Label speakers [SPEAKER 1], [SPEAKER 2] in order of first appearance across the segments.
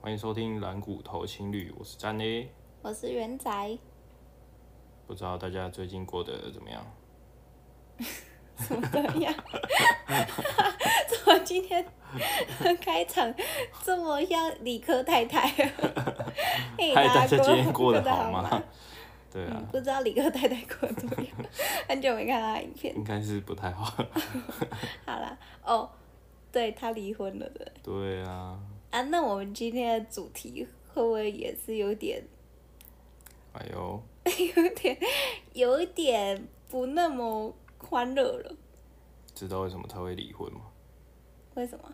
[SPEAKER 1] 欢迎收听蓝骨头情侣，我是詹 A。
[SPEAKER 2] 我是元仔，
[SPEAKER 1] 不知道大家最近过得怎么样？
[SPEAKER 2] 怎么这样？ 怎么今天开场这么像理科太 太啊？嘿
[SPEAKER 1] 嗨，大家今天过
[SPEAKER 2] 过
[SPEAKER 1] 得
[SPEAKER 2] 好
[SPEAKER 1] 好 吗？？ 对
[SPEAKER 2] 嗯
[SPEAKER 1] 啊，，
[SPEAKER 2] 不知道理科太太过得怎么样，很久没看她的影片。
[SPEAKER 1] 应该是不太好。
[SPEAKER 2] 好啦，哦，对，她离婚了的
[SPEAKER 1] 对啊，
[SPEAKER 2] 啊。那我们今天的主题会不会也是有点、
[SPEAKER 1] 哎呦，
[SPEAKER 2] 有点、有一点不那么欢乐了？
[SPEAKER 1] 知道为什么他会离婚吗？
[SPEAKER 2] 为什么？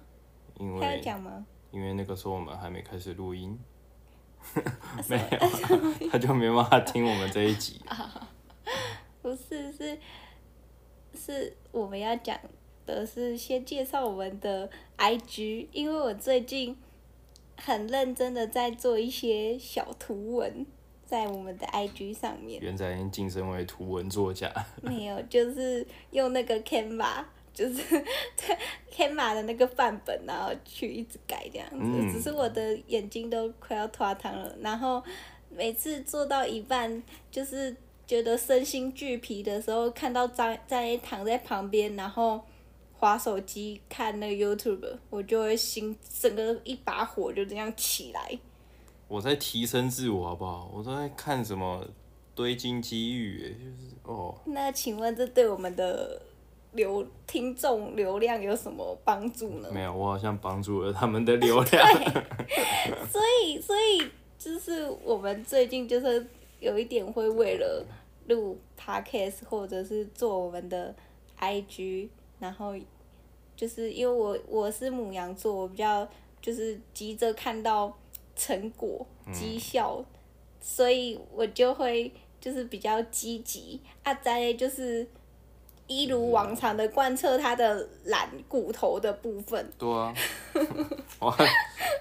[SPEAKER 1] 因
[SPEAKER 2] 她有
[SPEAKER 1] 为
[SPEAKER 2] 讲吗？
[SPEAKER 1] 因为那个时候我们还没开始录音，
[SPEAKER 2] 啊什
[SPEAKER 1] 没
[SPEAKER 2] 么
[SPEAKER 1] 有啊，他就没办法听我们这一集。
[SPEAKER 2] 不是，是是我们要讲的是先介绍我们的 IG，因为我最近很认真的在做一些小图文，在我们的 IG 上面，
[SPEAKER 1] 元仔已经晋升为图文作家，
[SPEAKER 2] 没有，就是用那个 Canva。就是 Canva 的那个范本，然后去一直改这样子，
[SPEAKER 1] 嗯
[SPEAKER 2] 只是我的眼睛都快要脱汤了。然后每次做到一半，就是觉得身心俱疲的时候，看到张在躺在旁边，然后划手机看那个 YouTube，我就会心整个一把火就这样起来。
[SPEAKER 1] 我在提升自我好不好？我都在看什么堆金积玉，欸就是哦。
[SPEAKER 2] 那请问这对我们的流听众流量有什么帮助呢？
[SPEAKER 1] 没有，我好像帮助了他们的流量。
[SPEAKER 2] 所以，所以就是我们最近就是有一点会为了录 podcast 或者是做我们的 IG，然后就是因为我我是母羊座，我比较就是急着看到成果绩效，所以我就会就是比较积极。阿、啊、哉就是一如往常的贯彻他的懒骨头的部分。
[SPEAKER 1] 对啊， 我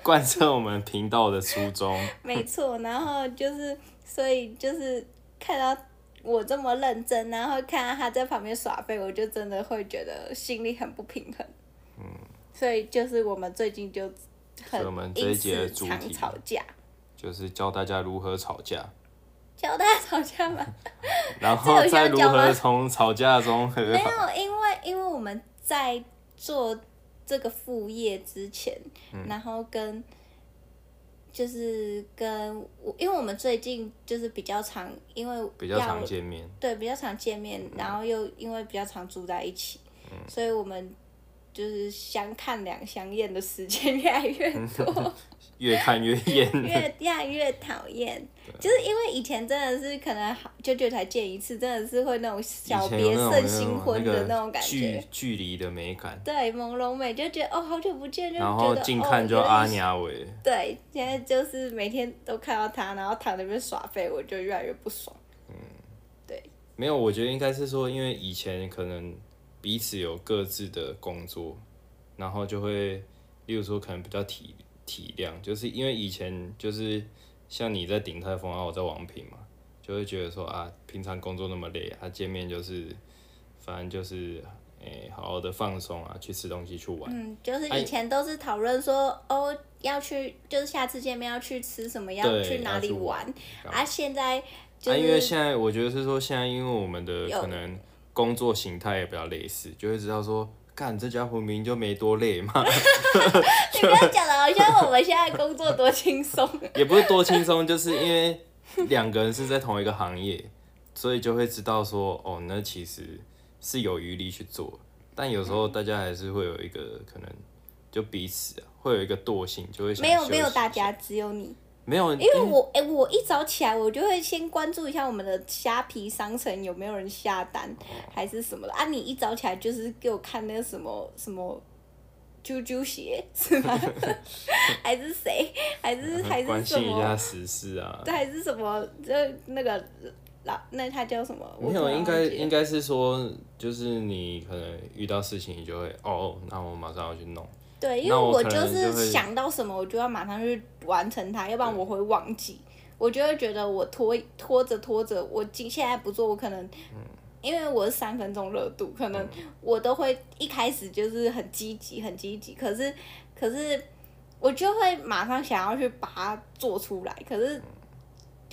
[SPEAKER 1] 贯彻我们频道的初衷。
[SPEAKER 2] 没错，然后就是，所以就是看到我这么认真，然后看到他在旁边耍废，我就真的会觉得心里很不平衡。嗯。所以就是我们最近就很
[SPEAKER 1] 所以我们这
[SPEAKER 2] 因
[SPEAKER 1] 一节的
[SPEAKER 2] 此
[SPEAKER 1] 主
[SPEAKER 2] 常
[SPEAKER 1] 题
[SPEAKER 2] 吵架，
[SPEAKER 1] 就是教大家如何吵架，
[SPEAKER 2] 教大家吵 架吗？
[SPEAKER 1] 然后再如
[SPEAKER 2] 这有需要教
[SPEAKER 1] 何
[SPEAKER 2] 吗
[SPEAKER 1] 从吵架中和
[SPEAKER 2] 没
[SPEAKER 1] 好。
[SPEAKER 2] 有，因为因为我们在做这个副业之前，
[SPEAKER 1] 嗯
[SPEAKER 2] 然后跟就是跟我，因为我们最近就是比较常，因为
[SPEAKER 1] 比较
[SPEAKER 2] 要
[SPEAKER 1] 常见面，
[SPEAKER 2] 对，比较常见面，然后又因为比较常住在一起，
[SPEAKER 1] 嗯
[SPEAKER 2] 所以我们就是相看两相厌的时间越来越多，
[SPEAKER 1] 越看越嗯 厌。
[SPEAKER 2] 越越来越讨厌。就是因为以前真的是可能好久久才见一次，真的是会那种小
[SPEAKER 1] 以前有
[SPEAKER 2] 别
[SPEAKER 1] 那种
[SPEAKER 2] 胜新
[SPEAKER 1] 那
[SPEAKER 2] 婚
[SPEAKER 1] 个
[SPEAKER 2] 的那种感
[SPEAKER 1] 距
[SPEAKER 2] 觉。
[SPEAKER 1] 距离的美感，
[SPEAKER 2] 对，朦胧美就觉得哦，好久不见，就觉
[SPEAKER 1] 然
[SPEAKER 2] 得
[SPEAKER 1] 后近看就啊
[SPEAKER 2] 哦、原来
[SPEAKER 1] 阿
[SPEAKER 2] 是
[SPEAKER 1] 娘伟。
[SPEAKER 2] 对，现在就是每天都看到他，然后躺在那边耍废，我就越来越不爽。
[SPEAKER 1] 嗯没有，我觉得应该是说，因为以前可能彼此有各自的工作，然后就会，例如说可能比较体体谅，就是因为以前就是像你在鼎泰丰啊，我在王品嘛，就会觉得说啊，平常工作那么累，啊见面就是，反正就是，诶、好好的放松啊，去吃东西去玩，
[SPEAKER 2] 嗯，就是
[SPEAKER 1] 哎
[SPEAKER 2] 以前都是讨论说、哦，要去就是下次见面要去吃什么，要
[SPEAKER 1] 对
[SPEAKER 2] 去哪里
[SPEAKER 1] 要去玩
[SPEAKER 2] 玩，啊，现在就
[SPEAKER 1] 啊，因为
[SPEAKER 2] 是、
[SPEAKER 1] 现在我觉得是说，现在因为我们的
[SPEAKER 2] 有
[SPEAKER 1] 可能工作形态也比较类似，就会知道说，干这家伙明明就没多累嘛，
[SPEAKER 2] 你不要讲了，好像我们现在工作多 轻松，
[SPEAKER 1] 也不是多轻松，就是因为两个人是在同一个行业，所以就会知道说，哦，那其实是有余力去做，但有时候大家还是会有一个可能，就彼此、啊、会有一个惰性，就会想
[SPEAKER 2] 没有
[SPEAKER 1] 休息
[SPEAKER 2] 没有
[SPEAKER 1] 一
[SPEAKER 2] 大
[SPEAKER 1] 下嗯
[SPEAKER 2] 家，只有你，
[SPEAKER 1] 没有，
[SPEAKER 2] 因为我哎、我一早起来我就会先关注一下我们的虾皮商城有没有人下单、
[SPEAKER 1] 哦
[SPEAKER 2] 还是什么的啊，你一早起来就是给我看那个什么什么。啾啾鞋 是吗？还是谁？还是还
[SPEAKER 1] 嗯关
[SPEAKER 2] 是什
[SPEAKER 1] 心一
[SPEAKER 2] 么？
[SPEAKER 1] 下时事啊，
[SPEAKER 2] 这还是什么？就那个老，那他叫什么？我
[SPEAKER 1] 没
[SPEAKER 2] 突
[SPEAKER 1] 有，
[SPEAKER 2] 然
[SPEAKER 1] 应
[SPEAKER 2] 忘
[SPEAKER 1] 该
[SPEAKER 2] 记了
[SPEAKER 1] 应该是说，就是你可能遇到事情，你就会哦，那我马上要去 弄，
[SPEAKER 2] 对，因为
[SPEAKER 1] 那我
[SPEAKER 2] 我
[SPEAKER 1] 可
[SPEAKER 2] 就
[SPEAKER 1] 能就是会
[SPEAKER 2] 想到什么，我就要马上去完成它，要不然我会忘记。我就会觉得我拖拖着拖着，我今现在不做，我可能，
[SPEAKER 1] 嗯
[SPEAKER 2] 因为我是三分钟热度，可能我都会一开始就是很积极，很积极，可是可是我就会马上想要去把它做出来，可是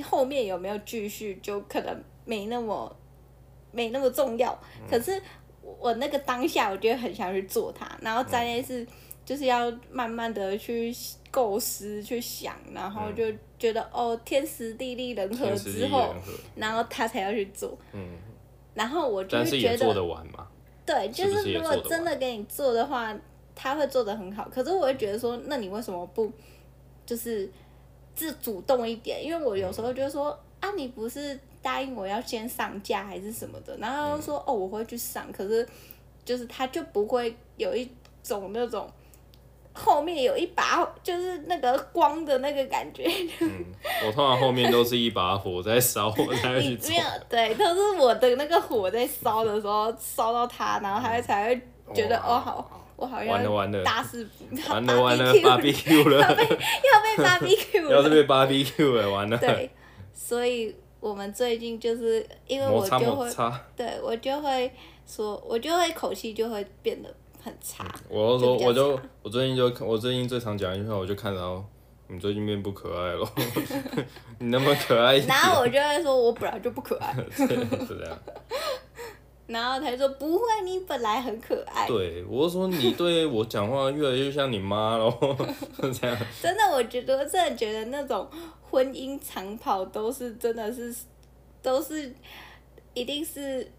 [SPEAKER 2] 后面有没有继续就可能没那么没那么重要。
[SPEAKER 1] 嗯
[SPEAKER 2] 可是我那个当下，我就很想去做它，然后再类是就是要慢慢的去构思、去想，然后就觉得哦，天时地利人和
[SPEAKER 1] 嗯天时地
[SPEAKER 2] 之
[SPEAKER 1] 利
[SPEAKER 2] 后
[SPEAKER 1] 人，和，
[SPEAKER 2] 然后他才要去做。
[SPEAKER 1] 嗯，
[SPEAKER 2] 然后我就
[SPEAKER 1] 但
[SPEAKER 2] 会
[SPEAKER 1] 是
[SPEAKER 2] 觉
[SPEAKER 1] 也
[SPEAKER 2] 得
[SPEAKER 1] 做得完嘛，
[SPEAKER 2] 对，就是
[SPEAKER 1] 不是也
[SPEAKER 2] 如果
[SPEAKER 1] 做得
[SPEAKER 2] 真的给你做的话，他会做的很好。可是我会觉得说，那你为什么不就是自主动一点？因为我有时候就会说、啊，你不是答应我要先上架还是什么的，然后他就说、哦我会去上，可是就是他就不会有一种那种。后面有一把，就是那个光的那个感觉，
[SPEAKER 1] 嗯，我通常后面都是一把火在烧，我才会
[SPEAKER 2] 你
[SPEAKER 1] 去
[SPEAKER 2] 没
[SPEAKER 1] 做。
[SPEAKER 2] 有对，都是我的那个火在烧的时候烧到它，然后它才会觉得
[SPEAKER 1] 哇
[SPEAKER 2] 哦好，我好像
[SPEAKER 1] 完了完了
[SPEAKER 2] 大事不
[SPEAKER 1] 完了完了
[SPEAKER 2] BBQ
[SPEAKER 1] ，barbecue
[SPEAKER 2] 要被
[SPEAKER 1] 了，
[SPEAKER 2] 要 被 barbecue
[SPEAKER 1] 要是
[SPEAKER 2] 了，
[SPEAKER 1] 被 barbecue 了，完了，
[SPEAKER 2] 对，所以我们最近就是因为
[SPEAKER 1] 摩
[SPEAKER 2] 我
[SPEAKER 1] 擦
[SPEAKER 2] 就
[SPEAKER 1] 摩
[SPEAKER 2] 会
[SPEAKER 1] 擦。
[SPEAKER 2] 对我就会说，我就会口气就会变得很 差，
[SPEAKER 1] 我就说，
[SPEAKER 2] 就比较
[SPEAKER 1] 我就我最近就我最近最常讲一句话，我就看到你最近变不可爱 了，你那么可爱一点
[SPEAKER 2] 然，后我就会说我本来就不可爱，
[SPEAKER 1] 对是这样。
[SPEAKER 2] 然后他就说不会，你本来很可爱，
[SPEAKER 1] 对，我就说你对我讲话越来越像你妈喽，这样。
[SPEAKER 2] 真的，我觉得我真的觉得那种婚姻长跑都是真的是都是一定是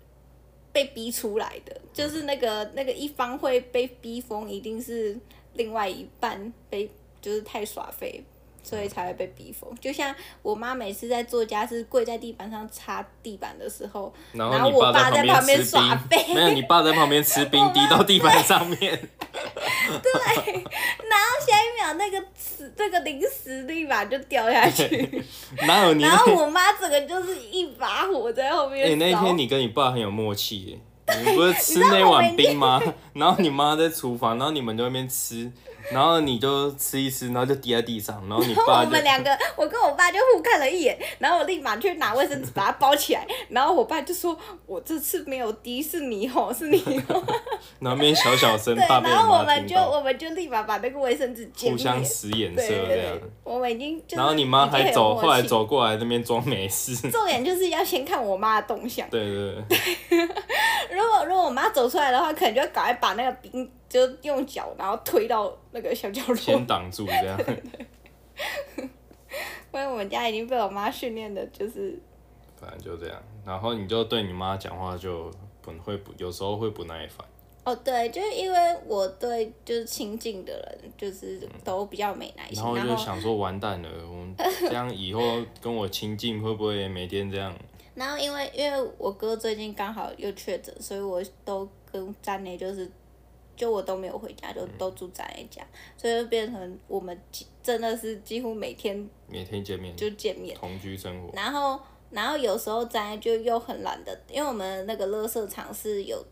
[SPEAKER 2] 被逼出来的，就是那个那个一方会被逼疯，一定是另外一半被就是太耍废。所以才会被逼疯，就像我妈每次在做家事，跪在地板上擦地板的时候，
[SPEAKER 1] 然
[SPEAKER 2] 然
[SPEAKER 1] 后
[SPEAKER 2] 后
[SPEAKER 1] 你
[SPEAKER 2] 我爸在
[SPEAKER 1] 在
[SPEAKER 2] 旁边
[SPEAKER 1] 吃
[SPEAKER 2] 耍
[SPEAKER 1] 冰，没有，你爸在旁边吃冰滴到地板上面，
[SPEAKER 2] 啊下一秒那个吃那个零食立马就掉下去，
[SPEAKER 1] 哪有 你
[SPEAKER 2] 然
[SPEAKER 1] 那？
[SPEAKER 2] 后我妈整个就是一把火在后 面
[SPEAKER 1] 哎、
[SPEAKER 2] 烧。
[SPEAKER 1] 那一天你跟你爸很有默契 耶，你不是吃那碗冰吗？ 然后你妈在厨房，然后你们就在那边吃，然后你就吃一吃，然后就滴在地上，然后你
[SPEAKER 2] 然后
[SPEAKER 1] 爸
[SPEAKER 2] 我
[SPEAKER 1] 就
[SPEAKER 2] 们两个，我跟我爸就互看了一眼，然后我立马去拿卫生纸把它包起来，然后我爸就说：“我这次没有滴，是你吼，是你吼。
[SPEAKER 1] 然后那边小小”声
[SPEAKER 2] 对，，
[SPEAKER 1] 怕被
[SPEAKER 2] 然后我
[SPEAKER 1] 妈
[SPEAKER 2] 们
[SPEAKER 1] 听
[SPEAKER 2] 就
[SPEAKER 1] 到，
[SPEAKER 2] 我们就立马把那个卫生纸捡
[SPEAKER 1] 互
[SPEAKER 2] 起
[SPEAKER 1] 相使眼色
[SPEAKER 2] 对对
[SPEAKER 1] 这样
[SPEAKER 2] 对。，我们已经就是
[SPEAKER 1] 然后你妈
[SPEAKER 2] 已经很
[SPEAKER 1] 还
[SPEAKER 2] 有
[SPEAKER 1] 走，
[SPEAKER 2] 默
[SPEAKER 1] 后来
[SPEAKER 2] 契。
[SPEAKER 1] 走过来那边装没 事。
[SPEAKER 2] 重点就是要先看我妈的动向。
[SPEAKER 1] 对对 对，
[SPEAKER 2] 如果如果我妈走出来的话，可能就赶快把那个冰就用脚，然后推到那个小角 落
[SPEAKER 1] 先。挡住这样。
[SPEAKER 2] 因为我们家已经被我妈训练的，就是
[SPEAKER 1] 反正就这样，然后你就对你妈讲话就不会不有时候会不耐烦，
[SPEAKER 2] 哦，对，就是因为我对就是亲近的人，就是都比较没耐心，
[SPEAKER 1] 然后
[SPEAKER 2] 然
[SPEAKER 1] 就
[SPEAKER 2] 后
[SPEAKER 1] 想说完蛋了，我们这样以后跟我亲近会不会每天这样？
[SPEAKER 2] 然后因为因为我哥最近刚好又确诊，所以我都跟詹内就是，就我都没有回家，就都住詹内家，所以就变成我们几真的是几乎每天
[SPEAKER 1] 每天见面
[SPEAKER 2] 就见面，
[SPEAKER 1] 同居生活，
[SPEAKER 2] 然后然后有时候詹内就又很懒得，因为我们那个垃圾场是有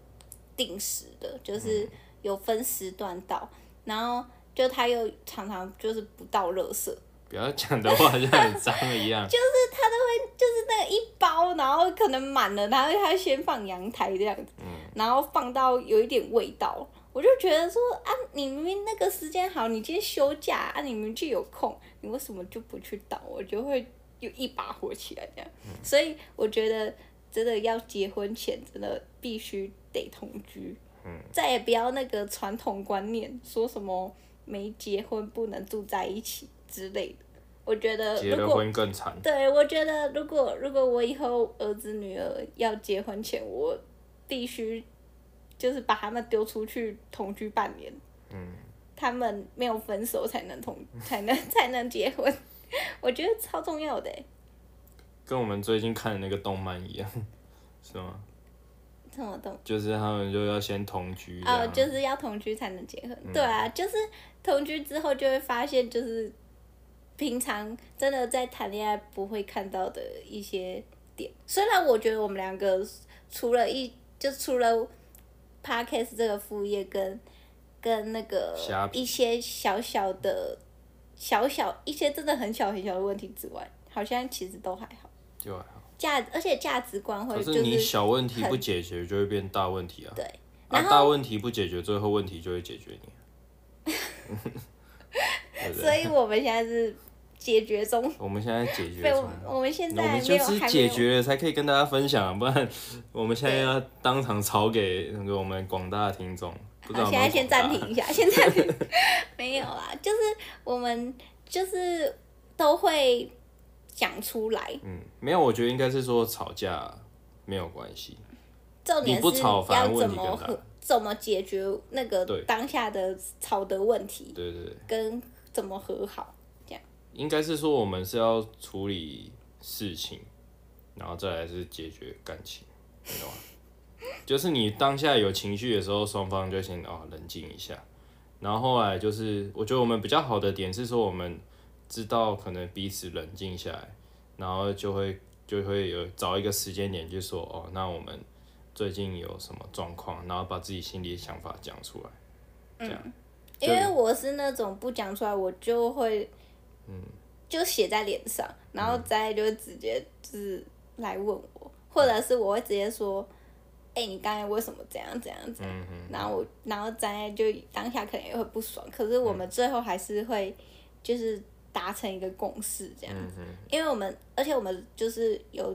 [SPEAKER 2] 定时的，
[SPEAKER 1] 嗯
[SPEAKER 2] 就是有分时段到，然后就他又常常就是不到垃圾。
[SPEAKER 1] 不要讲的话像很脏了一样。
[SPEAKER 2] 那一包，然后可能满了，然后他先放阳台这样子，
[SPEAKER 1] 嗯
[SPEAKER 2] 然后放到有一点味道，我就觉得说啊，你明明那个时间好，你今天休假啊，你明明就有空，你为什么就不去倒？我就会有一把火起来这样，
[SPEAKER 1] 嗯
[SPEAKER 2] 所以我觉得真的要结婚前真的必须得同居，
[SPEAKER 1] 嗯
[SPEAKER 2] 再也不要那个传统观念说什么没结婚不能住在一起之类的。我觉得
[SPEAKER 1] 结
[SPEAKER 2] 如
[SPEAKER 1] 了
[SPEAKER 2] 果
[SPEAKER 1] 婚更惨，
[SPEAKER 2] 对，我觉得如果如果我以后儿子女儿要结婚前，我必须就是把他们丢出去同居半年，
[SPEAKER 1] 嗯，
[SPEAKER 2] 他们没有分手才能同才能才能结婚， 我觉得超重要的欸。
[SPEAKER 1] 跟我们最近看的那个动漫一样，是吗？
[SPEAKER 2] 这么懂
[SPEAKER 1] 就是他们就要先同居这样，
[SPEAKER 2] 哦，就是要同居才能结婚。
[SPEAKER 1] 嗯
[SPEAKER 2] 对啊，就是同居之后就会发现，就是平常真的在谈恋爱不会看到的一些点。虽然我觉得我们两个除了一就除了 podcast 这个副业跟跟那个
[SPEAKER 1] 虾皮
[SPEAKER 2] 一些小小的小小一些真的很小很小的问题之外，好像其实都还好。
[SPEAKER 1] 就还好。
[SPEAKER 2] 价而且价值观会
[SPEAKER 1] 可
[SPEAKER 2] 就是
[SPEAKER 1] 你小问题
[SPEAKER 2] 很
[SPEAKER 1] 不解决，就会变大问题啊。
[SPEAKER 2] 对，
[SPEAKER 1] 啊，
[SPEAKER 2] 然后
[SPEAKER 1] 大问题不解决，最后问题就会解决你。对不
[SPEAKER 2] 所
[SPEAKER 1] 对？
[SPEAKER 2] 以我们现在是解决中，
[SPEAKER 1] 我们现在解决
[SPEAKER 2] 被我
[SPEAKER 1] 中
[SPEAKER 2] 们，我们现在
[SPEAKER 1] 我们
[SPEAKER 2] 没
[SPEAKER 1] 就
[SPEAKER 2] 有
[SPEAKER 1] 是
[SPEAKER 2] 还没
[SPEAKER 1] 解
[SPEAKER 2] 有
[SPEAKER 1] 决了才可以跟大家分享，不然 我们现在要当场炒给那个我们广大的听众。不知道
[SPEAKER 2] 好，
[SPEAKER 1] 有
[SPEAKER 2] 现
[SPEAKER 1] 没
[SPEAKER 2] 在
[SPEAKER 1] 有
[SPEAKER 2] 先
[SPEAKER 1] 广
[SPEAKER 2] 暂
[SPEAKER 1] 大
[SPEAKER 2] 停一下，先 暂停。没有啦，就是我们就是都会讲出来，
[SPEAKER 1] 嗯，没有，我觉得应该是说吵架没有关系，
[SPEAKER 2] 重点
[SPEAKER 1] 你
[SPEAKER 2] 是
[SPEAKER 1] 不吵反而
[SPEAKER 2] 要
[SPEAKER 1] 问
[SPEAKER 2] 怎
[SPEAKER 1] 题
[SPEAKER 2] 么
[SPEAKER 1] 更大
[SPEAKER 2] 和怎么解决那个
[SPEAKER 1] 对
[SPEAKER 2] 当下的吵的问题，
[SPEAKER 1] 对对对，
[SPEAKER 2] 跟怎么和好。
[SPEAKER 1] 应该是说我们是要处理事情，然后再来是解决感情，你懂吗？ 就是你当下有情绪的时候，双方就先哦冷静一下，然后后来就是我觉得我们比较好的点是说我们知道可能彼此冷静下来，然后就会就会有找一个时间点，就说哦，那我们最近有什么状况，然后把自己心里的想法讲出来。
[SPEAKER 2] 因为我是那种不讲出来，我就会，嗯，就写在脸上，然
[SPEAKER 1] 嗯
[SPEAKER 2] 后再就直接就是来问我，或者是我会直接说，哎、你刚才为什么这样这样这样？
[SPEAKER 1] 嗯哼，
[SPEAKER 2] 然后我，然后咱就当下可能也会不爽，可是
[SPEAKER 1] 嗯
[SPEAKER 2] 我们最后还是会就是达成一个共识这样，
[SPEAKER 1] 嗯哼。
[SPEAKER 2] 因为我们，而且我们就是有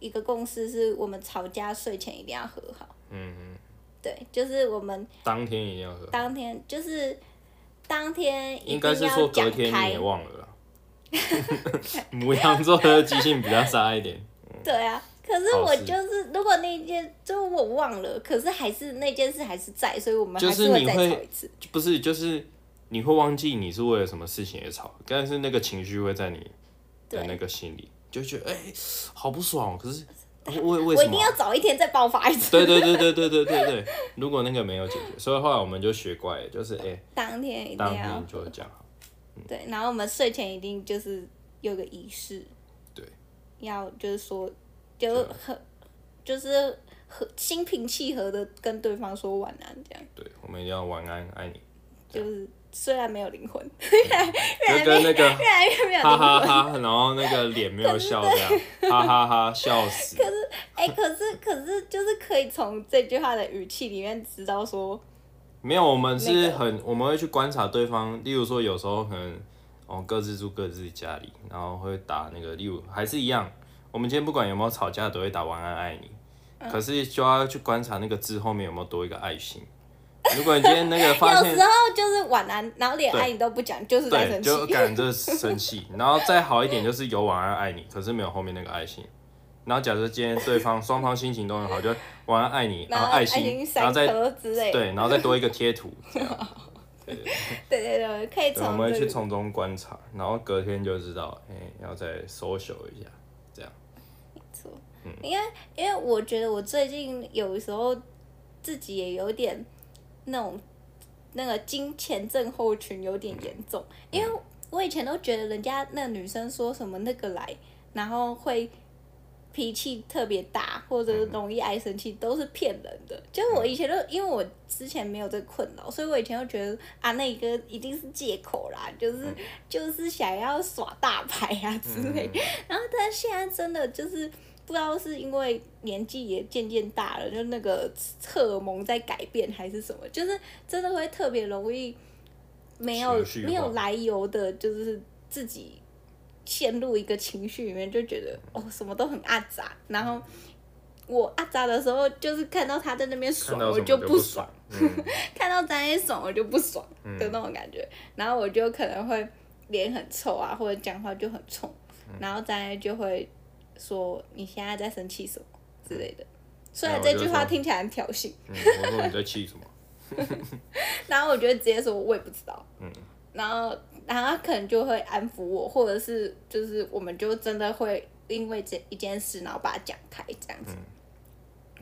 [SPEAKER 2] 一个共识，是我们吵架睡前一定要和好，
[SPEAKER 1] 嗯，
[SPEAKER 2] 对，就是我们
[SPEAKER 1] 当天一定要喝，
[SPEAKER 2] 当天就是当天
[SPEAKER 1] 应
[SPEAKER 2] 一定
[SPEAKER 1] 该是说
[SPEAKER 2] 要
[SPEAKER 1] 隔
[SPEAKER 2] 讲
[SPEAKER 1] 天你
[SPEAKER 2] 开
[SPEAKER 1] 也，忘了啦。 母羊座的记性比较差一点，
[SPEAKER 2] 对啊。可是
[SPEAKER 1] 好
[SPEAKER 2] 我
[SPEAKER 1] 事
[SPEAKER 2] 就是，如果那一件就我忘了，可是还是那件事还是在，所以我们
[SPEAKER 1] 就
[SPEAKER 2] 还
[SPEAKER 1] 是
[SPEAKER 2] 会
[SPEAKER 1] 你
[SPEAKER 2] 再
[SPEAKER 1] 会
[SPEAKER 2] 吵一次。
[SPEAKER 1] 不是就是你会忘记你是为了什么事情而吵，但是那个情绪会在你的
[SPEAKER 2] 对
[SPEAKER 1] 那个心里，就觉得哎、好不爽，可 是为为
[SPEAKER 2] 我
[SPEAKER 1] 什
[SPEAKER 2] 一定
[SPEAKER 1] 么？
[SPEAKER 2] 要早一天再爆发一次。
[SPEAKER 1] 对对对对对对对对，如果那个没有解决，所以后来我们就学乖了，就是哎、
[SPEAKER 2] 当天一定
[SPEAKER 1] 当
[SPEAKER 2] 要
[SPEAKER 1] 天就讲啊好，
[SPEAKER 2] 对，然后我们睡前一定就是有个仪式，
[SPEAKER 1] 对，啊
[SPEAKER 2] 要就是说，就很就是和心平气和的跟对方说晚安，这样
[SPEAKER 1] 对，我们一定要晚安， 爱你，啊
[SPEAKER 2] 就是虽然没有灵魂，
[SPEAKER 1] 就跟那个
[SPEAKER 2] 越来越没有
[SPEAKER 1] 哈
[SPEAKER 2] 灵
[SPEAKER 1] 哈
[SPEAKER 2] 魂。
[SPEAKER 1] 哈，然后那个脸没有笑这样，哈哈哈，笑死。
[SPEAKER 2] 哎、可是可是就是可以从这句话的语气里面知道说，
[SPEAKER 1] 没有，我们是
[SPEAKER 2] 那个
[SPEAKER 1] 很，我们会去观察对方。例如说，有时候可能哦，各自住各自家里，然后会打那个，例如还是一样，我们今天不管有没有吵架，都会打“晚安，爱你”
[SPEAKER 2] 嗯
[SPEAKER 1] 可是就要去观察那个字后面有没有多一个爱心。如果你今天那个发
[SPEAKER 2] 有
[SPEAKER 1] 现
[SPEAKER 2] 时，候就是晚安，然后连
[SPEAKER 1] 对
[SPEAKER 2] 爱你都不讲，就是在
[SPEAKER 1] 对，
[SPEAKER 2] 生
[SPEAKER 1] 就
[SPEAKER 2] 气。
[SPEAKER 1] 感着生 气。然后再好一点就是有“晚安，爱你”，可是没有后面那个爱心。然后假设今天对方双方心情都很好，就“晚安，爱你”，
[SPEAKER 2] 然
[SPEAKER 1] 后
[SPEAKER 2] 后
[SPEAKER 1] 爱
[SPEAKER 2] 心
[SPEAKER 1] 心，然后
[SPEAKER 2] 三
[SPEAKER 1] 再
[SPEAKER 2] 颗之类的，
[SPEAKER 1] 对，然后再多一个贴图。
[SPEAKER 2] 对对对，可以
[SPEAKER 1] 对，我
[SPEAKER 2] 从
[SPEAKER 1] 们会
[SPEAKER 2] 这
[SPEAKER 1] 去
[SPEAKER 2] 个
[SPEAKER 1] 从中观察，然后隔天就知道，哎、要再搜 o 一下，这样。
[SPEAKER 2] 错，因为因为我觉得我最近有时候自己也有点那种那个金钱症候群有点严重，
[SPEAKER 1] 嗯
[SPEAKER 2] 因为我以前都觉得人家那女生说什么那个来，然后会脾气特别大或者容易爱生气都是骗人的，就是我以前都因为我之前没有这个困扰，所以我以前就觉得啊那个一定是借口啦，
[SPEAKER 1] 嗯
[SPEAKER 2] 就是就是想要耍大牌啊之类的，然后但现在真的就是。不知道是因为年纪也渐渐大了，就那个荷尔蒙在改变还是什么，就是真的会特别容易没有
[SPEAKER 1] 情绪化
[SPEAKER 2] 没有来由的，就是自己陷入一个情绪里面，就觉得哦什么都很阿杂。然后我阿杂的时候，就是看到他在那边
[SPEAKER 1] 看
[SPEAKER 2] 爽，
[SPEAKER 1] 到什
[SPEAKER 2] 我
[SPEAKER 1] 么就
[SPEAKER 2] 不
[SPEAKER 1] 爽，嗯，
[SPEAKER 2] 看到张一爽我就不爽的那种感觉，然后我就可能会脸很臭啊，或者讲话就很冲，
[SPEAKER 1] 嗯
[SPEAKER 2] 然后张一就会说你现在在生气什么之类的。虽然
[SPEAKER 1] 没有
[SPEAKER 2] 这
[SPEAKER 1] 嗯
[SPEAKER 2] 句
[SPEAKER 1] 我就
[SPEAKER 2] 话
[SPEAKER 1] 说
[SPEAKER 2] 听起来很挑衅，
[SPEAKER 1] 嗯我说你在气什么？
[SPEAKER 2] 然后我就会直接说我也不知道，
[SPEAKER 1] 嗯
[SPEAKER 2] 然后然后他可能就会安抚我，或者是就是我们就真的会因为这一件事，然后把它讲开这样
[SPEAKER 1] 嗯
[SPEAKER 2] 子。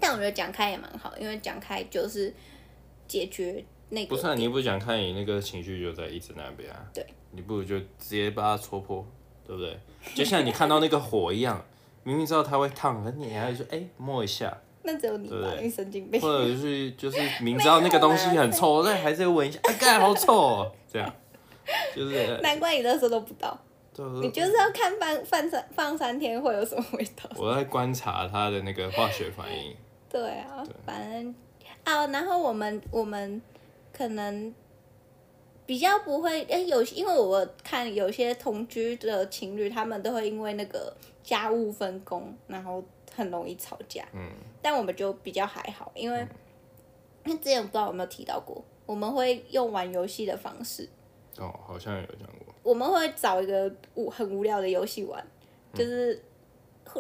[SPEAKER 2] 但我觉得讲开也蛮好，因为讲开就是解决 那
[SPEAKER 1] 不
[SPEAKER 2] 个
[SPEAKER 1] 是、啊，你不想看你那个情绪就在一直那边啊。
[SPEAKER 2] 对，
[SPEAKER 1] 你不如就直接把它戳破，对不对？就像你看到那个火一样，明明知道它会烫，可是你还是说哎、摸一下，
[SPEAKER 2] 那只有你吧，
[SPEAKER 1] 对
[SPEAKER 2] 你神经病。
[SPEAKER 1] 或者 是就是明知道那个东西很臭，但还是会闻一下，啊，干好臭、哦，这样，就是
[SPEAKER 2] 难怪你那时候都不到，
[SPEAKER 1] 对我说
[SPEAKER 2] 你就是要看放放三放三天会有什么味道。
[SPEAKER 1] 我在观察它的那个化学反应。
[SPEAKER 2] 对啊，反正啊，然后我们我们可能比较不会，哎、有因为我看有些同居的情侣，他们都会因为那个家务分工，然后很容易吵架。
[SPEAKER 1] 嗯，
[SPEAKER 2] 但我们就比较还好，因为因为之前不知道有没有提到过，我们会用玩游戏的方式，
[SPEAKER 1] 哦，好像有讲过，
[SPEAKER 2] 我们会找一个无很无聊的游戏玩，就是、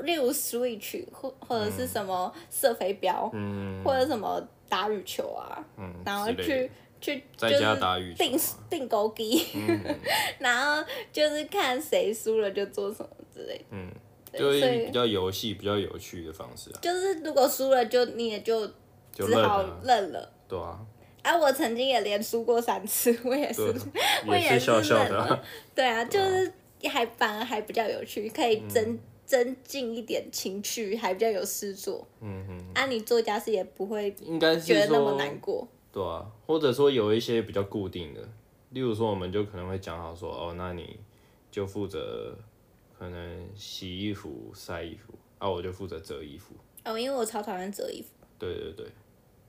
[SPEAKER 2] 例如 Switch 或或者是什么射飞镖，
[SPEAKER 1] 嗯
[SPEAKER 2] 或者什么打羽球啊，
[SPEAKER 1] 嗯，
[SPEAKER 2] 然后
[SPEAKER 1] 之类的
[SPEAKER 2] 去去就
[SPEAKER 1] 在
[SPEAKER 2] 是
[SPEAKER 1] 家打羽球
[SPEAKER 2] 定
[SPEAKER 1] 啊，嗯
[SPEAKER 2] 定勾机， 然后就是看谁输了就做什么之类的。
[SPEAKER 1] 嗯，
[SPEAKER 2] 对
[SPEAKER 1] 就
[SPEAKER 2] 所
[SPEAKER 1] 是
[SPEAKER 2] 以
[SPEAKER 1] 比较游戏、比较有趣的方式啊，
[SPEAKER 2] 就是如果输了就你也就
[SPEAKER 1] 就
[SPEAKER 2] 只
[SPEAKER 1] 认
[SPEAKER 2] 好
[SPEAKER 1] 啊，
[SPEAKER 2] 认了。
[SPEAKER 1] 对啊，
[SPEAKER 2] 啊，我曾经也连输过三次，我也是
[SPEAKER 1] 对，啊
[SPEAKER 2] 我也
[SPEAKER 1] 是笑
[SPEAKER 2] 是
[SPEAKER 1] 笑
[SPEAKER 2] 认
[SPEAKER 1] 的啊， 嗯
[SPEAKER 2] 对啊，就是还反而还比较有趣，可以增、增进一点情趣，还比较有事做。
[SPEAKER 1] 嗯嗯，
[SPEAKER 2] 啊，你做家事也不会
[SPEAKER 1] 应该是
[SPEAKER 2] 觉得那么
[SPEAKER 1] 说
[SPEAKER 2] 难过。
[SPEAKER 1] 对啊，或者说有一些比较固定的，例如说我们就可能会讲好说，哦，那你就负责可能洗衣服、晒衣服，啊，我就负责折衣服。
[SPEAKER 2] 哦，因为我超讨厌折衣服，
[SPEAKER 1] 对对对，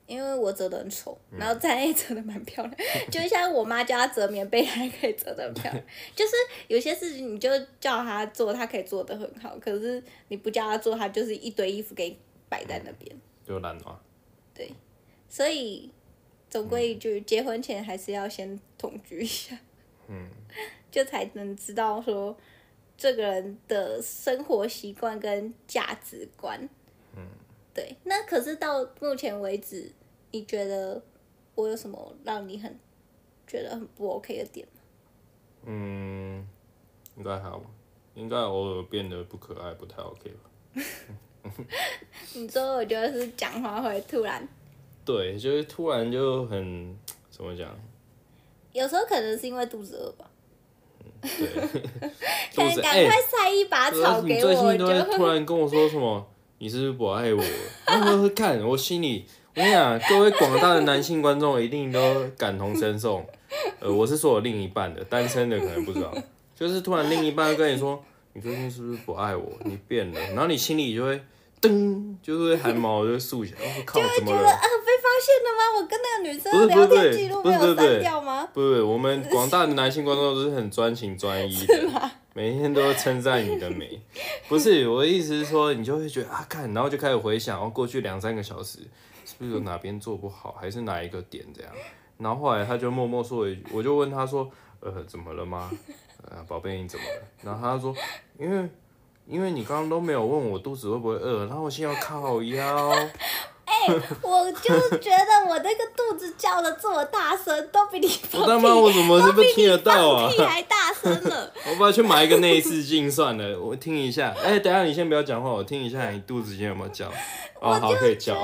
[SPEAKER 2] 因为我折的很丑，
[SPEAKER 1] 嗯
[SPEAKER 2] 然后在内折的蛮漂亮， 就像我妈叫她折棉被，她也可以折的 漂亮。就是有些事情你就叫她做，她可以做的很好，可是你不叫她做，她就是一堆衣服给你摆在那边。
[SPEAKER 1] 就懒啊嘛。
[SPEAKER 2] 所以总归一句，结婚前还是要先同居一下，嗯，就才能知道说这个人的生活习惯跟价值观，嗯，对。那可是到目前为止，你觉得我有什么让你很觉得很不 OK 的点吗？
[SPEAKER 1] 嗯，应该还好吧，应该偶尔变得不可爱，不太 OK 吧？
[SPEAKER 2] 你说我觉得是讲话会突然，
[SPEAKER 1] 对，就是突然就很怎么讲，
[SPEAKER 2] 有时候可能是因为肚子饿吧，
[SPEAKER 1] 对，
[SPEAKER 2] 可
[SPEAKER 1] 肚
[SPEAKER 2] 能
[SPEAKER 1] 子
[SPEAKER 2] 赶
[SPEAKER 1] 哎，
[SPEAKER 2] 快塞一把
[SPEAKER 1] 对啊
[SPEAKER 2] 草
[SPEAKER 1] 你
[SPEAKER 2] 给
[SPEAKER 1] 最
[SPEAKER 2] 我，我
[SPEAKER 1] 近
[SPEAKER 2] 就
[SPEAKER 1] 都会
[SPEAKER 2] 会
[SPEAKER 1] 突然跟我说什么，你是不是不爱我？然后我就看我心里，我跟你讲，各位广大的男性观众一定都感同身受。呃，我是说我另一半的，单身的可能不知道，就是突然另一半跟你说，你最近是不是不爱我？你变了，然后你心里就会噔，就是会汗毛就会竖起来，我、靠，怎么
[SPEAKER 2] 觉得
[SPEAKER 1] 了
[SPEAKER 2] 啊？被发现了吗？我跟那个女
[SPEAKER 1] 不是
[SPEAKER 2] 生的聊
[SPEAKER 1] 不是
[SPEAKER 2] 天记录
[SPEAKER 1] 不
[SPEAKER 2] 没
[SPEAKER 1] 是
[SPEAKER 2] 有
[SPEAKER 1] 不是
[SPEAKER 2] 删掉吗？
[SPEAKER 1] 不是，我们广大的男性观众都是很专情专一的，每天都称赞你的美。不是我的意思是说，你就会觉得啊，看，然后就开始回想，然后过去两三个小时，是不是有哪边做不好，还是哪一个点这样？然后后来他就默默说了一句，我就问他说，呃，怎么了吗？呃，宝贝，你怎么了？然后他说，因为因为你刚刚都没有问我肚子会不会饿，然后我心要靠腰。
[SPEAKER 2] 我就是觉得我那个肚子叫的这么大声，都比你
[SPEAKER 1] 我
[SPEAKER 2] 放
[SPEAKER 1] 他妈，
[SPEAKER 2] 屁
[SPEAKER 1] 我怎么是不听得到啊
[SPEAKER 2] 放？屁还大声了。
[SPEAKER 1] 我不要去买一个内视镜算了，我听一下。哎、等一下你先不要讲话，我听一下你肚子今天有没有叫？哦，好，可以叫。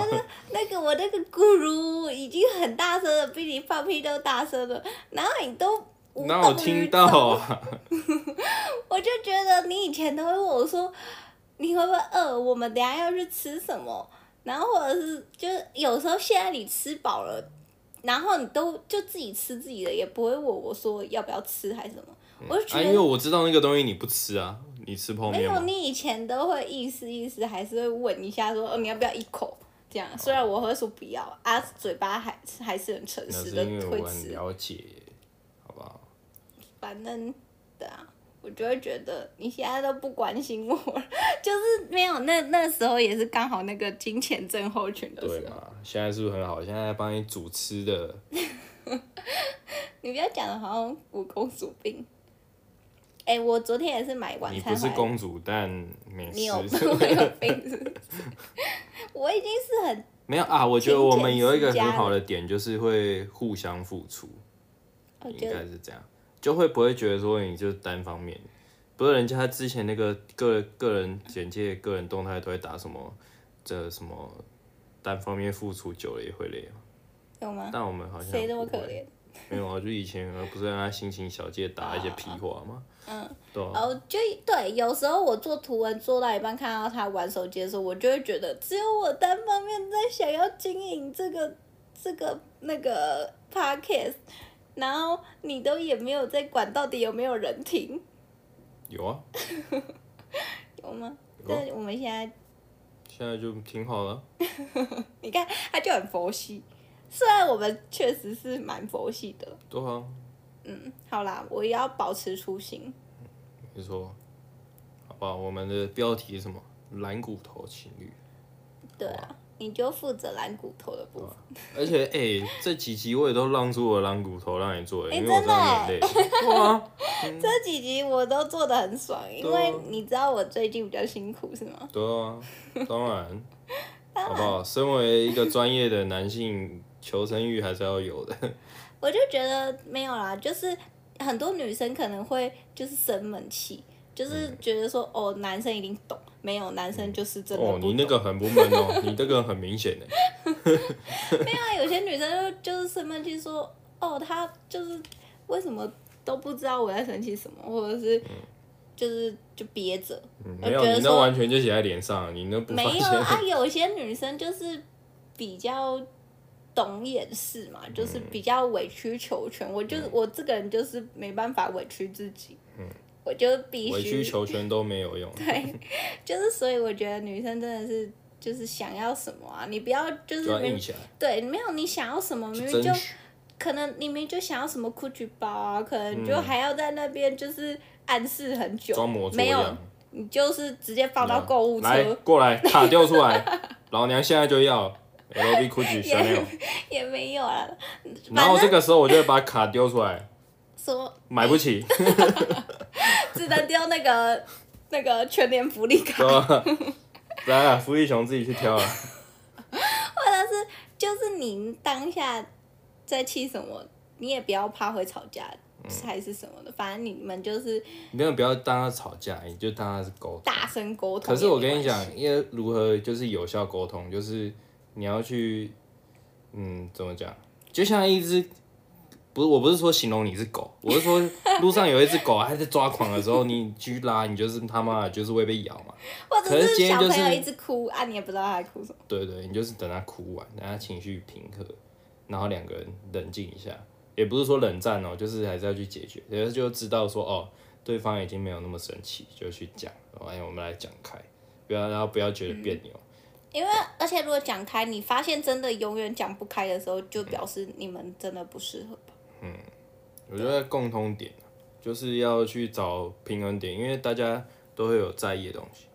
[SPEAKER 2] 那个我那个咕噜已经很大声了，比你放屁都大声了，然后你都无
[SPEAKER 1] 哪有
[SPEAKER 2] 动于
[SPEAKER 1] 听
[SPEAKER 2] 衷，
[SPEAKER 1] 到啊？
[SPEAKER 2] 我就觉得你以前都会问我说，你会不会饿？我们等一下要去吃什么？然后或者是就是有时候现在你吃饱了，然后你都就自己吃自己的，也不会问我说要不要吃还是什么。我就
[SPEAKER 1] 啊，
[SPEAKER 2] 觉得
[SPEAKER 1] 因为我知道那个东西你不吃啊，你吃泡
[SPEAKER 2] 没
[SPEAKER 1] 面
[SPEAKER 2] 有，
[SPEAKER 1] 吗？
[SPEAKER 2] 你以前都会意思意思，还是会问一下说，哦，你要不要一口？这样，虽然我会说不要，啊，嘴巴还还是很诚
[SPEAKER 1] 那
[SPEAKER 2] 实
[SPEAKER 1] 是
[SPEAKER 2] 的
[SPEAKER 1] 因为
[SPEAKER 2] 会
[SPEAKER 1] 我很
[SPEAKER 2] 吃。
[SPEAKER 1] 了解，好不好？
[SPEAKER 2] 反正，对啊，我就会觉得你现在都不关心我了，就是没有那那时候也是刚好那个金钱症候群的
[SPEAKER 1] 对
[SPEAKER 2] 时候。
[SPEAKER 1] 嘛？现在是不是很好？现在帮你煮吃的，
[SPEAKER 2] 你不要讲的好像我公主病。哎、我昨天也是买晚
[SPEAKER 1] 你
[SPEAKER 2] 餐
[SPEAKER 1] 不
[SPEAKER 2] 回
[SPEAKER 1] 是
[SPEAKER 2] 来。
[SPEAKER 1] 公主，但美
[SPEAKER 2] 你有 我
[SPEAKER 1] 食
[SPEAKER 2] 有病是不是？ 我已经是很
[SPEAKER 1] 没有啊？我觉得我们有一个
[SPEAKER 2] 勤俭持
[SPEAKER 1] 很
[SPEAKER 2] 家
[SPEAKER 1] 好的点，就是会互相付出。
[SPEAKER 2] 我
[SPEAKER 1] 应
[SPEAKER 2] 觉得
[SPEAKER 1] 该是这样，就会不会觉得说你就是单方面，不是人家之前那个个个人简介、个人动态都会打什么这什么单方面付出久了也会累啊，
[SPEAKER 2] 有吗？
[SPEAKER 1] 但我们好像
[SPEAKER 2] 谁这么
[SPEAKER 1] 不
[SPEAKER 2] 可
[SPEAKER 1] 会
[SPEAKER 2] 怜？
[SPEAKER 1] 没有啊，就以前呃不是让他心情小姐打一些屁话吗？嗯，对啊，
[SPEAKER 2] 哦，就对，有时候我做图文做到一半，看到他玩手机的时候，我就会觉得只有我单方面在想要经营这个这个那个 podcast，然后你都也没有在管到底有没有人听，
[SPEAKER 1] 有啊，
[SPEAKER 2] 有吗？
[SPEAKER 1] 有啊
[SPEAKER 2] 但我们现在
[SPEAKER 1] 现在就挺好了，
[SPEAKER 2] 你看他就很佛系，虽然我们确实是蛮佛系的，
[SPEAKER 1] 对啊，
[SPEAKER 2] 嗯，好啦，我也要保持初心。
[SPEAKER 1] 你说，好吧，我们的标题是什么？蓝骨头情侣。
[SPEAKER 2] 对啊，你就负责蓝骨头的部分。
[SPEAKER 1] 而且，哎、这几集我也都让出我的蓝骨头让你做、
[SPEAKER 2] 哎
[SPEAKER 1] 因为我知道你很累。对啊，
[SPEAKER 2] 这几集我都做的很爽，因
[SPEAKER 1] 对啊
[SPEAKER 2] 为你知道我最近比较辛苦是吗？
[SPEAKER 1] 对啊，当 然，好不好？身为一个专业的男性，求生欲还是要有的。
[SPEAKER 2] 我就觉得没有啦，就是很多女生可能会就是生闷气，就是
[SPEAKER 1] 嗯
[SPEAKER 2] 觉得说、哦，男生一定懂，没有男生就是真的不
[SPEAKER 1] 哦，你
[SPEAKER 2] 懂。
[SPEAKER 1] 那个很不闷 哦，你这个很明显的。
[SPEAKER 2] 那有些女生就就是生闷气说，哦，她就是为什么都不知道我在生气什么，或者是、就是就憋着，
[SPEAKER 1] 嗯
[SPEAKER 2] 我
[SPEAKER 1] 没有，
[SPEAKER 2] 觉得
[SPEAKER 1] 你那
[SPEAKER 2] 说
[SPEAKER 1] 完全就写在脸上，你那不
[SPEAKER 2] 没
[SPEAKER 1] 发
[SPEAKER 2] 有
[SPEAKER 1] 现？
[SPEAKER 2] 啊。有些女生就是比较懂掩饰嘛，就是
[SPEAKER 1] 嗯
[SPEAKER 2] 比较委曲求全。我就、我这个人就是没办法委屈自己，我就必
[SPEAKER 1] 嗯委曲
[SPEAKER 2] 须
[SPEAKER 1] 求全都没 有用。
[SPEAKER 2] 对，就是所以我觉得女生真的是。就是想要什么啊？你不要就是
[SPEAKER 1] 就要
[SPEAKER 2] 明
[SPEAKER 1] 硬起来，
[SPEAKER 2] 对，没有你想要什么，明
[SPEAKER 1] 去
[SPEAKER 2] 明
[SPEAKER 1] 争
[SPEAKER 2] 就
[SPEAKER 1] 取。
[SPEAKER 2] 可能你明明就想要什么 GUCCI 包啊，可能就还要在那边就是暗示很
[SPEAKER 1] 嗯
[SPEAKER 2] 久，
[SPEAKER 1] 装模作
[SPEAKER 2] 没有
[SPEAKER 1] 样，
[SPEAKER 2] 你就是直接放到
[SPEAKER 1] 嗯
[SPEAKER 2] 购物车，
[SPEAKER 1] 来过来，卡掉出来，老娘现在就要 L V Gucci
[SPEAKER 2] 也
[SPEAKER 1] Chanel，
[SPEAKER 2] 也没有啊。
[SPEAKER 1] 然
[SPEAKER 2] 反
[SPEAKER 1] 后这
[SPEAKER 2] 正
[SPEAKER 1] 个时候我就会把卡丢出来，
[SPEAKER 2] 说
[SPEAKER 1] 买不 起，
[SPEAKER 2] 只能丢那个 那个全年福利卡
[SPEAKER 1] 对，吧？来啊，福利熊自己去挑啊，
[SPEAKER 2] 就是你当下在气什么，你也不要怕会吵架
[SPEAKER 1] 嗯
[SPEAKER 2] 还是什么的，反正你们就是
[SPEAKER 1] 你真的不要当他吵架，你就当他是沟通。
[SPEAKER 2] 大声沟通。
[SPEAKER 1] 可是我跟你，讲，因为如何就是有效沟通，就是你要去，嗯，怎么讲？就像一只，不是，我不是说形容你是狗，我是说路上有一只狗，它在抓狂的时候，你去拉，你就是他妈的就是会被咬嘛。
[SPEAKER 2] 或者
[SPEAKER 1] 可是今
[SPEAKER 2] 是
[SPEAKER 1] 天
[SPEAKER 2] 小
[SPEAKER 1] 就是
[SPEAKER 2] 朋友一直哭啊，你也不知道他在哭什么。
[SPEAKER 1] 对对，你就是等他哭完，等他情绪平和，然后两个人冷静一下，也不是说冷战哦，就是还是要去解决，然后就知道说哦，对方已经没有那么生气，就去讲，哎，我们来讲开，不要然后不要觉得别扭。
[SPEAKER 2] 因为而且如果讲开，你发现真的永远讲不开的时候，就表示你们真的不适合吧。
[SPEAKER 1] 我觉得共通点就是要去找平衡点，因为大家都会有在意的东西。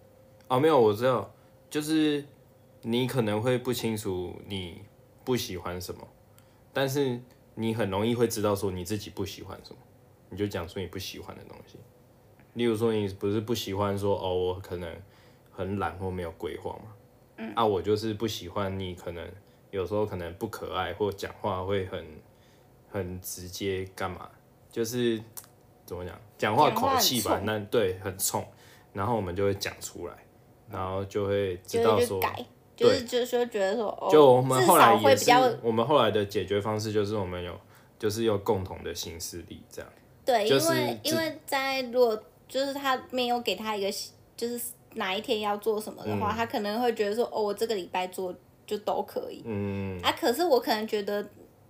[SPEAKER 1] 啊，没有，我知道，就是你可能会不清楚你不喜欢什么，但是你很容易会知道说你自己不喜欢什么，你就讲出你不喜欢的东西。例如说，你不是不喜欢说哦，我可能很懒或没有规划嘛。嗯、啊，我就是不喜欢你，可能有时候可能不可爱，或讲话会很很直接干嘛，就是怎么讲，讲话
[SPEAKER 2] 讲话
[SPEAKER 1] 口
[SPEAKER 2] 很
[SPEAKER 1] 气吧，
[SPEAKER 2] 冲
[SPEAKER 1] 那对很冲，然后我们就会讲出来，然后就会知道
[SPEAKER 2] 就是去
[SPEAKER 1] 说，
[SPEAKER 2] 改，就是就是说觉得说哦，
[SPEAKER 1] 就我们
[SPEAKER 2] 至
[SPEAKER 1] 后来
[SPEAKER 2] 少
[SPEAKER 1] 也
[SPEAKER 2] 会比
[SPEAKER 1] 是
[SPEAKER 2] 较，
[SPEAKER 1] 我们后来的解决方式就是我们有就是有共同的行事力这样。
[SPEAKER 2] 对，
[SPEAKER 1] 就是
[SPEAKER 2] 因为
[SPEAKER 1] 自
[SPEAKER 2] 因为在如果就是他没有给他一个就是哪一天要做什么的
[SPEAKER 1] 嗯
[SPEAKER 2] 话，他可能会觉得说哦，我这个礼拜做就都可以、
[SPEAKER 1] 嗯，
[SPEAKER 2] 啊。可是我可能觉得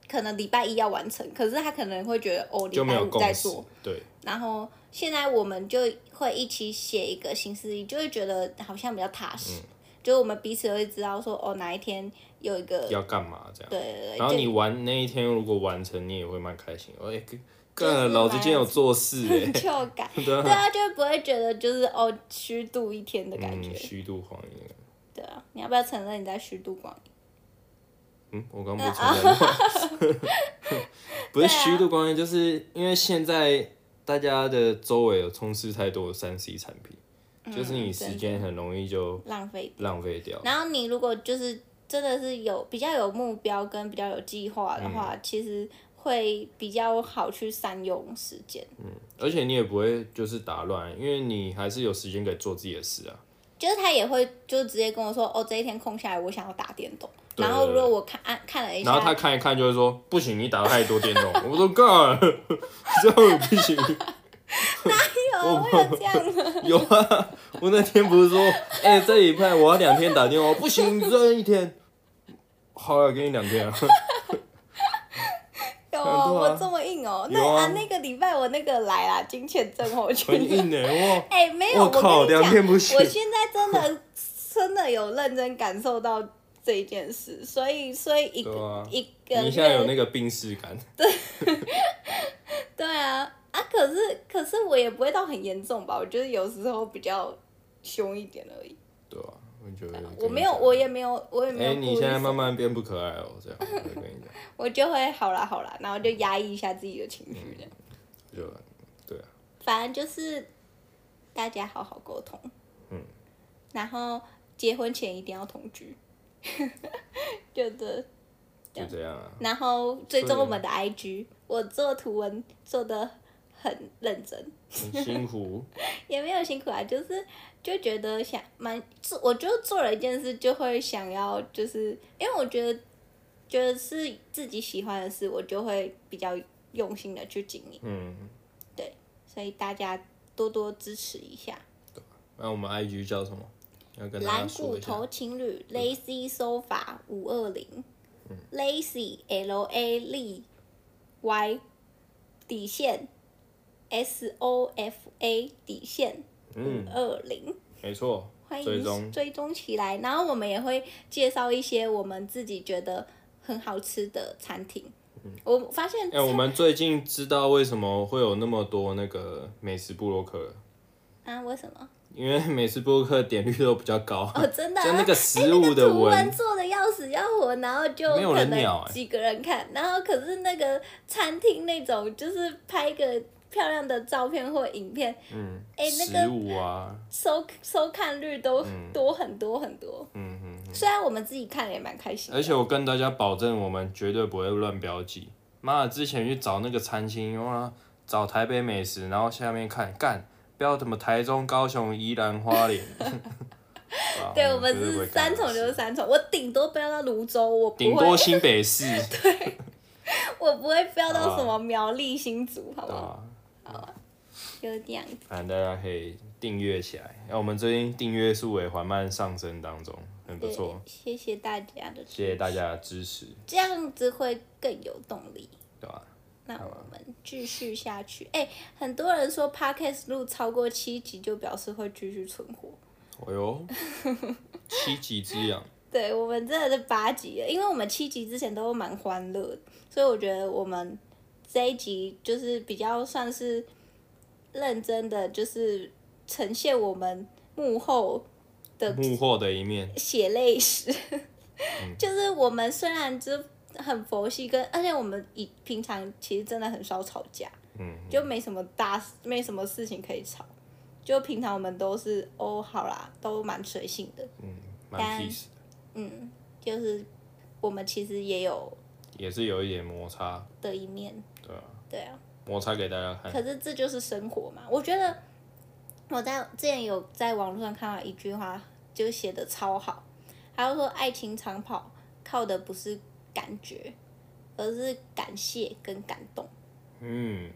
[SPEAKER 2] 可能礼拜一要完成，可是他可能会觉得哦，礼
[SPEAKER 1] 就没
[SPEAKER 2] 拜
[SPEAKER 1] 有
[SPEAKER 2] 五
[SPEAKER 1] 共
[SPEAKER 2] 再
[SPEAKER 1] 识
[SPEAKER 2] 做，。
[SPEAKER 1] 对，
[SPEAKER 2] 然后现在我们就会一起写一个新思力，就会觉得好像比较踏实，
[SPEAKER 1] 嗯
[SPEAKER 2] 就我们彼此会知道说哦哪一天有一个
[SPEAKER 1] 要干嘛这样。
[SPEAKER 2] 对对对，
[SPEAKER 1] 然后
[SPEAKER 2] 就
[SPEAKER 1] 你完那一天如果完成，你也会蛮开心。哎，干
[SPEAKER 2] 就是
[SPEAKER 1] 干，老子今天有做事哎、
[SPEAKER 2] 成就 感，对啊，就不会觉得就是哦虚度一天的感觉，
[SPEAKER 1] 嗯，虚度谎言。
[SPEAKER 2] 对啊，你要不要承认你在虚度光阴？
[SPEAKER 1] 嗯，我刚不是承认吗？ 不是
[SPEAKER 2] 啊
[SPEAKER 1] 虚度光阴，就是因为现在大家的周围有充斥太多的三 C 产品，
[SPEAKER 2] 嗯
[SPEAKER 1] 就是你时间很容易就
[SPEAKER 2] 浪费。
[SPEAKER 1] 浪费掉。
[SPEAKER 2] 然后你如果就是真的是有比较有目标跟比较有计划的
[SPEAKER 1] 嗯
[SPEAKER 2] 话，其实会比较好去善用时间。
[SPEAKER 1] 而且你也不会就是打乱，因为你还是有时间可以做自己的事啊。
[SPEAKER 2] 就是他也会就直接跟我说，哦，这一天空下来，我想要打电动。
[SPEAKER 1] 对
[SPEAKER 2] 然后如果我看啊看了一
[SPEAKER 1] 然后他
[SPEAKER 2] 下，
[SPEAKER 1] 看一看就会说：“不行，你打太多电动。” 我说：“干，这样不行。
[SPEAKER 2] 有哎
[SPEAKER 1] 哦
[SPEAKER 2] 会有这样 的，”
[SPEAKER 1] 有啊，我那天不是说：“哎、这礼拜我要两天打电话，不行，你这一天。”好了，给你两天啊。
[SPEAKER 2] 有
[SPEAKER 1] 很
[SPEAKER 2] 哦
[SPEAKER 1] 多啊
[SPEAKER 2] 我这么硬哦。
[SPEAKER 1] 有
[SPEAKER 2] 那
[SPEAKER 1] 啊
[SPEAKER 2] 啊那个礼拜我那个来啦，金钱症 候
[SPEAKER 1] 很
[SPEAKER 2] 群。
[SPEAKER 1] 硬呢、 哇！
[SPEAKER 2] 哎、没有，
[SPEAKER 1] 我
[SPEAKER 2] 我跟
[SPEAKER 1] 靠
[SPEAKER 2] 你讲
[SPEAKER 1] 两天不行
[SPEAKER 2] 我现在真
[SPEAKER 1] 哦
[SPEAKER 2] 的真的有认真感受到这一件事，所以所以一个、
[SPEAKER 1] 对啊
[SPEAKER 2] 一个
[SPEAKER 1] 你现在有
[SPEAKER 2] 月
[SPEAKER 1] 那个病逝感，
[SPEAKER 2] 对对啊，啊，可是可是我也不会到很严重吧，我觉得有时候比较凶一点而已。
[SPEAKER 1] 对啊，我觉得
[SPEAKER 2] 呃我没有，我也没有，我也没
[SPEAKER 1] 哎、
[SPEAKER 2] 有。
[SPEAKER 1] 你现在慢，慢变不可爱哦，这样我跟你 讲，
[SPEAKER 2] 我就会好啦好啦，然后就压抑一下自己的情绪
[SPEAKER 1] 嗯
[SPEAKER 2] 这样。
[SPEAKER 1] 就对啊，
[SPEAKER 2] 反正就是大家好好沟通，
[SPEAKER 1] 嗯，
[SPEAKER 2] 然后结婚前一定要同居， 就这。
[SPEAKER 1] 就这样啊。
[SPEAKER 2] 然后追
[SPEAKER 1] 所
[SPEAKER 2] 踪
[SPEAKER 1] 以
[SPEAKER 2] 我们的 IG，我做图文做的很认真，
[SPEAKER 1] 很辛苦，
[SPEAKER 2] 也没有辛苦啊，就是就觉得想蛮做，我就做了一件事，就会想要就是，因为我觉得觉得是自己喜欢的事，我就会比较用心的去经营，
[SPEAKER 1] 嗯，
[SPEAKER 2] 所以大家多多支持一下。
[SPEAKER 1] 那我们 IG 叫什么？要跟大家
[SPEAKER 2] 蓝
[SPEAKER 1] 说
[SPEAKER 2] 骨
[SPEAKER 1] 一下嗯
[SPEAKER 2] 头。情侣 Lazy Sofa 五二零，Lazy L A L Y 底线 S O F A 底线
[SPEAKER 1] 嗯，
[SPEAKER 2] 二零，
[SPEAKER 1] 没错，
[SPEAKER 2] 欢
[SPEAKER 1] 追
[SPEAKER 2] 迎
[SPEAKER 1] 踪
[SPEAKER 2] 追踪起来。然后我们也会介绍一些我们自己觉得很好吃的餐厅。我发现
[SPEAKER 1] 哎、我们最近知道为什么会有那么多那个美食部落客了，
[SPEAKER 2] 啊，为什么？
[SPEAKER 1] 因为 美食部落客点率都比较高，
[SPEAKER 2] 哦，真的、啊，
[SPEAKER 1] 就那个
[SPEAKER 2] 哎
[SPEAKER 1] 食物
[SPEAKER 2] 那个
[SPEAKER 1] 的
[SPEAKER 2] 图
[SPEAKER 1] 闻
[SPEAKER 2] 文，做的要死要活，然后就
[SPEAKER 1] 没有
[SPEAKER 2] 可
[SPEAKER 1] 人鸟
[SPEAKER 2] 能
[SPEAKER 1] 哎
[SPEAKER 2] 几个人看，然后可是那个餐厅那种就是拍一个漂亮的照片或影片，
[SPEAKER 1] 嗯，
[SPEAKER 2] 哎那个
[SPEAKER 1] 食物啊，
[SPEAKER 2] 收收看率都多很多很多。
[SPEAKER 1] 嗯嗯，
[SPEAKER 2] 虽然我们自己看也蛮开心的，
[SPEAKER 1] 而且我跟大家保证，我们绝对不会乱标记。妈的，之前去找那个餐厅，然后找台北美食，然后下面看干标什么台中、高雄、宜兰、花 莲。啊
[SPEAKER 2] 对我们
[SPEAKER 1] 绝不
[SPEAKER 2] 是
[SPEAKER 1] 会干这
[SPEAKER 2] 三重
[SPEAKER 1] 种事
[SPEAKER 2] 就是三重，我顶多飙到泸州，我不
[SPEAKER 1] 顶
[SPEAKER 2] 会
[SPEAKER 1] 多新北 市，
[SPEAKER 2] 我不会飙到
[SPEAKER 1] 啊
[SPEAKER 2] 什么苗栗新竹，好不好？
[SPEAKER 1] 啊，
[SPEAKER 2] 就这样子。
[SPEAKER 1] 反正大家可以订阅起来。哎、我们最近订阅数也缓慢上升当中，很不错，
[SPEAKER 2] 对谢谢大家的，
[SPEAKER 1] 谢谢大，家的支持，
[SPEAKER 2] 这样子会更有动力。
[SPEAKER 1] 对吧、
[SPEAKER 2] 那我们继续下去。哎、很多人说 podcast 录超过七集就表示会继续存活。
[SPEAKER 1] 哦 哟，七级之痒，
[SPEAKER 2] 对我们真的是八集了，因为我们七集之前都蛮欢乐的，所以我觉得我们这一集就是比较算是认真的，就是呈现我们幕后的
[SPEAKER 1] 幕后的一面，
[SPEAKER 2] 血泪史，
[SPEAKER 1] 嗯
[SPEAKER 2] 就是我们虽然就很佛系跟，而且我们以平常其实真的很少吵架，
[SPEAKER 1] 嗯，
[SPEAKER 2] 就没什么大事，没什么事情可以吵，就平常我们都是哦，好啦，都蛮随性的，
[SPEAKER 1] 嗯，蛮
[SPEAKER 2] 但
[SPEAKER 1] peace 的，
[SPEAKER 2] 嗯，就是我们其实也有
[SPEAKER 1] 也是有一点摩擦，
[SPEAKER 2] 的一面，
[SPEAKER 1] 对啊，
[SPEAKER 2] 对啊，
[SPEAKER 1] 摩擦给大家看，
[SPEAKER 2] 可是这就是生活嘛，我觉得我在之前有在网络上看到一句话，就写的超好，他就说爱情长跑靠的不是感觉，而是感谢跟感动，
[SPEAKER 1] 嗯，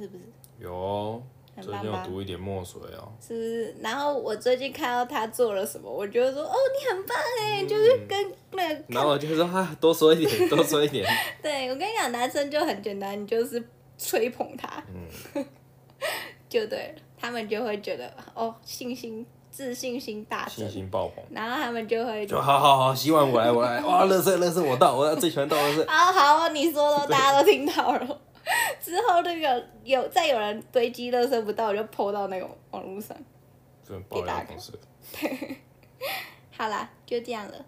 [SPEAKER 2] 是不是？
[SPEAKER 1] 有哦，
[SPEAKER 2] 很
[SPEAKER 1] 最
[SPEAKER 2] 棒
[SPEAKER 1] 近有
[SPEAKER 2] 吧？
[SPEAKER 1] 读一点墨水哦，
[SPEAKER 2] 是不是？然后我最近看到他做了什么，我就说哦，你很棒哎、就是跟那个
[SPEAKER 1] 然后我就说哈、多说一 点，多说一点，
[SPEAKER 2] 对我跟你讲，男生就很简单，你就是吹捧他，
[SPEAKER 1] 嗯
[SPEAKER 2] 就对了，他们就会觉得哦，信心、自信心大
[SPEAKER 1] 信
[SPEAKER 2] 增，
[SPEAKER 1] 心爆棚。
[SPEAKER 2] 然后他们就会
[SPEAKER 1] 就好好好，洗碗我来我 来，哇，乐色乐色我到，我最喜欢倒乐色。
[SPEAKER 2] 啊、好哦，你说的大家都听到了。 之后那个有再有人堆积垃圾不到，我就 PO 到那个网络上。
[SPEAKER 1] 真爆料公司。
[SPEAKER 2] 好啦，就这样了，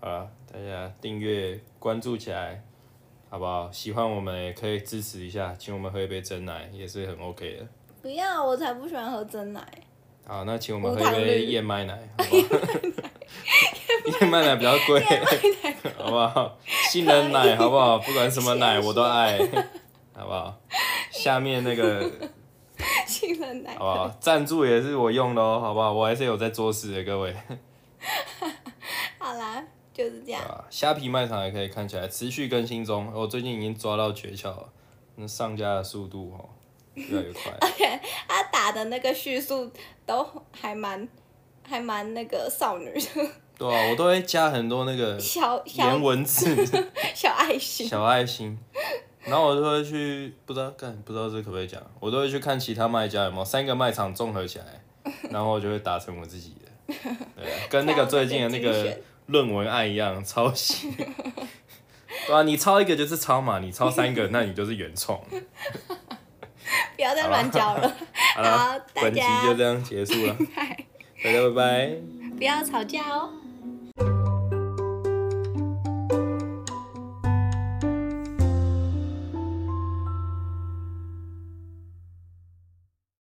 [SPEAKER 1] 好了，大家订阅关注起来，好不好？喜欢我们也可以支持一下，请我们喝一杯真奶也是很 OK 的。
[SPEAKER 2] 不要，我才不喜欢喝真奶。
[SPEAKER 1] 好，那请我们
[SPEAKER 2] 无
[SPEAKER 1] 喝一
[SPEAKER 2] 糖
[SPEAKER 1] 杯
[SPEAKER 2] 绿
[SPEAKER 1] 燕麦奶，好不好？燕麦奶比较贵，好不好？杏仁奶好不好？不管什么奶我都爱，好不好？下面那个
[SPEAKER 2] 杏仁奶
[SPEAKER 1] 好不啊好？赞助也是我用的哦，好不好？我还是有在做事的，各位。
[SPEAKER 2] 好啦，就是这样。
[SPEAKER 1] 啊，虾皮卖场也可以看起来持续更新中。我最近已经抓到诀窍了，那上架的速度哦越来越快。
[SPEAKER 2] 他啊打的那个叙述都还蛮还蛮那个少女的
[SPEAKER 1] 对啊，我都会加很多那个
[SPEAKER 2] 小小
[SPEAKER 1] 颜文字、
[SPEAKER 2] 小爱心。
[SPEAKER 1] 小爱心，然后我就会去不知道干不知道这可不可以讲，我都会去看其他卖家有没有三个卖场综合起 来，然后我就会打成我自己的。对啊，跟那个最近的那
[SPEAKER 2] 挑那个精
[SPEAKER 1] 个
[SPEAKER 2] 选
[SPEAKER 1] 论文案一样抄袭。 对啊，你抄一个就是抄嘛，你抄三个，那你就是原创。
[SPEAKER 2] 不要再乱叫了。
[SPEAKER 1] 好了啊
[SPEAKER 2] 好，大
[SPEAKER 1] 本期
[SPEAKER 2] 家
[SPEAKER 1] 就这样结束了，大家拜拜。
[SPEAKER 2] 不要吵架哦。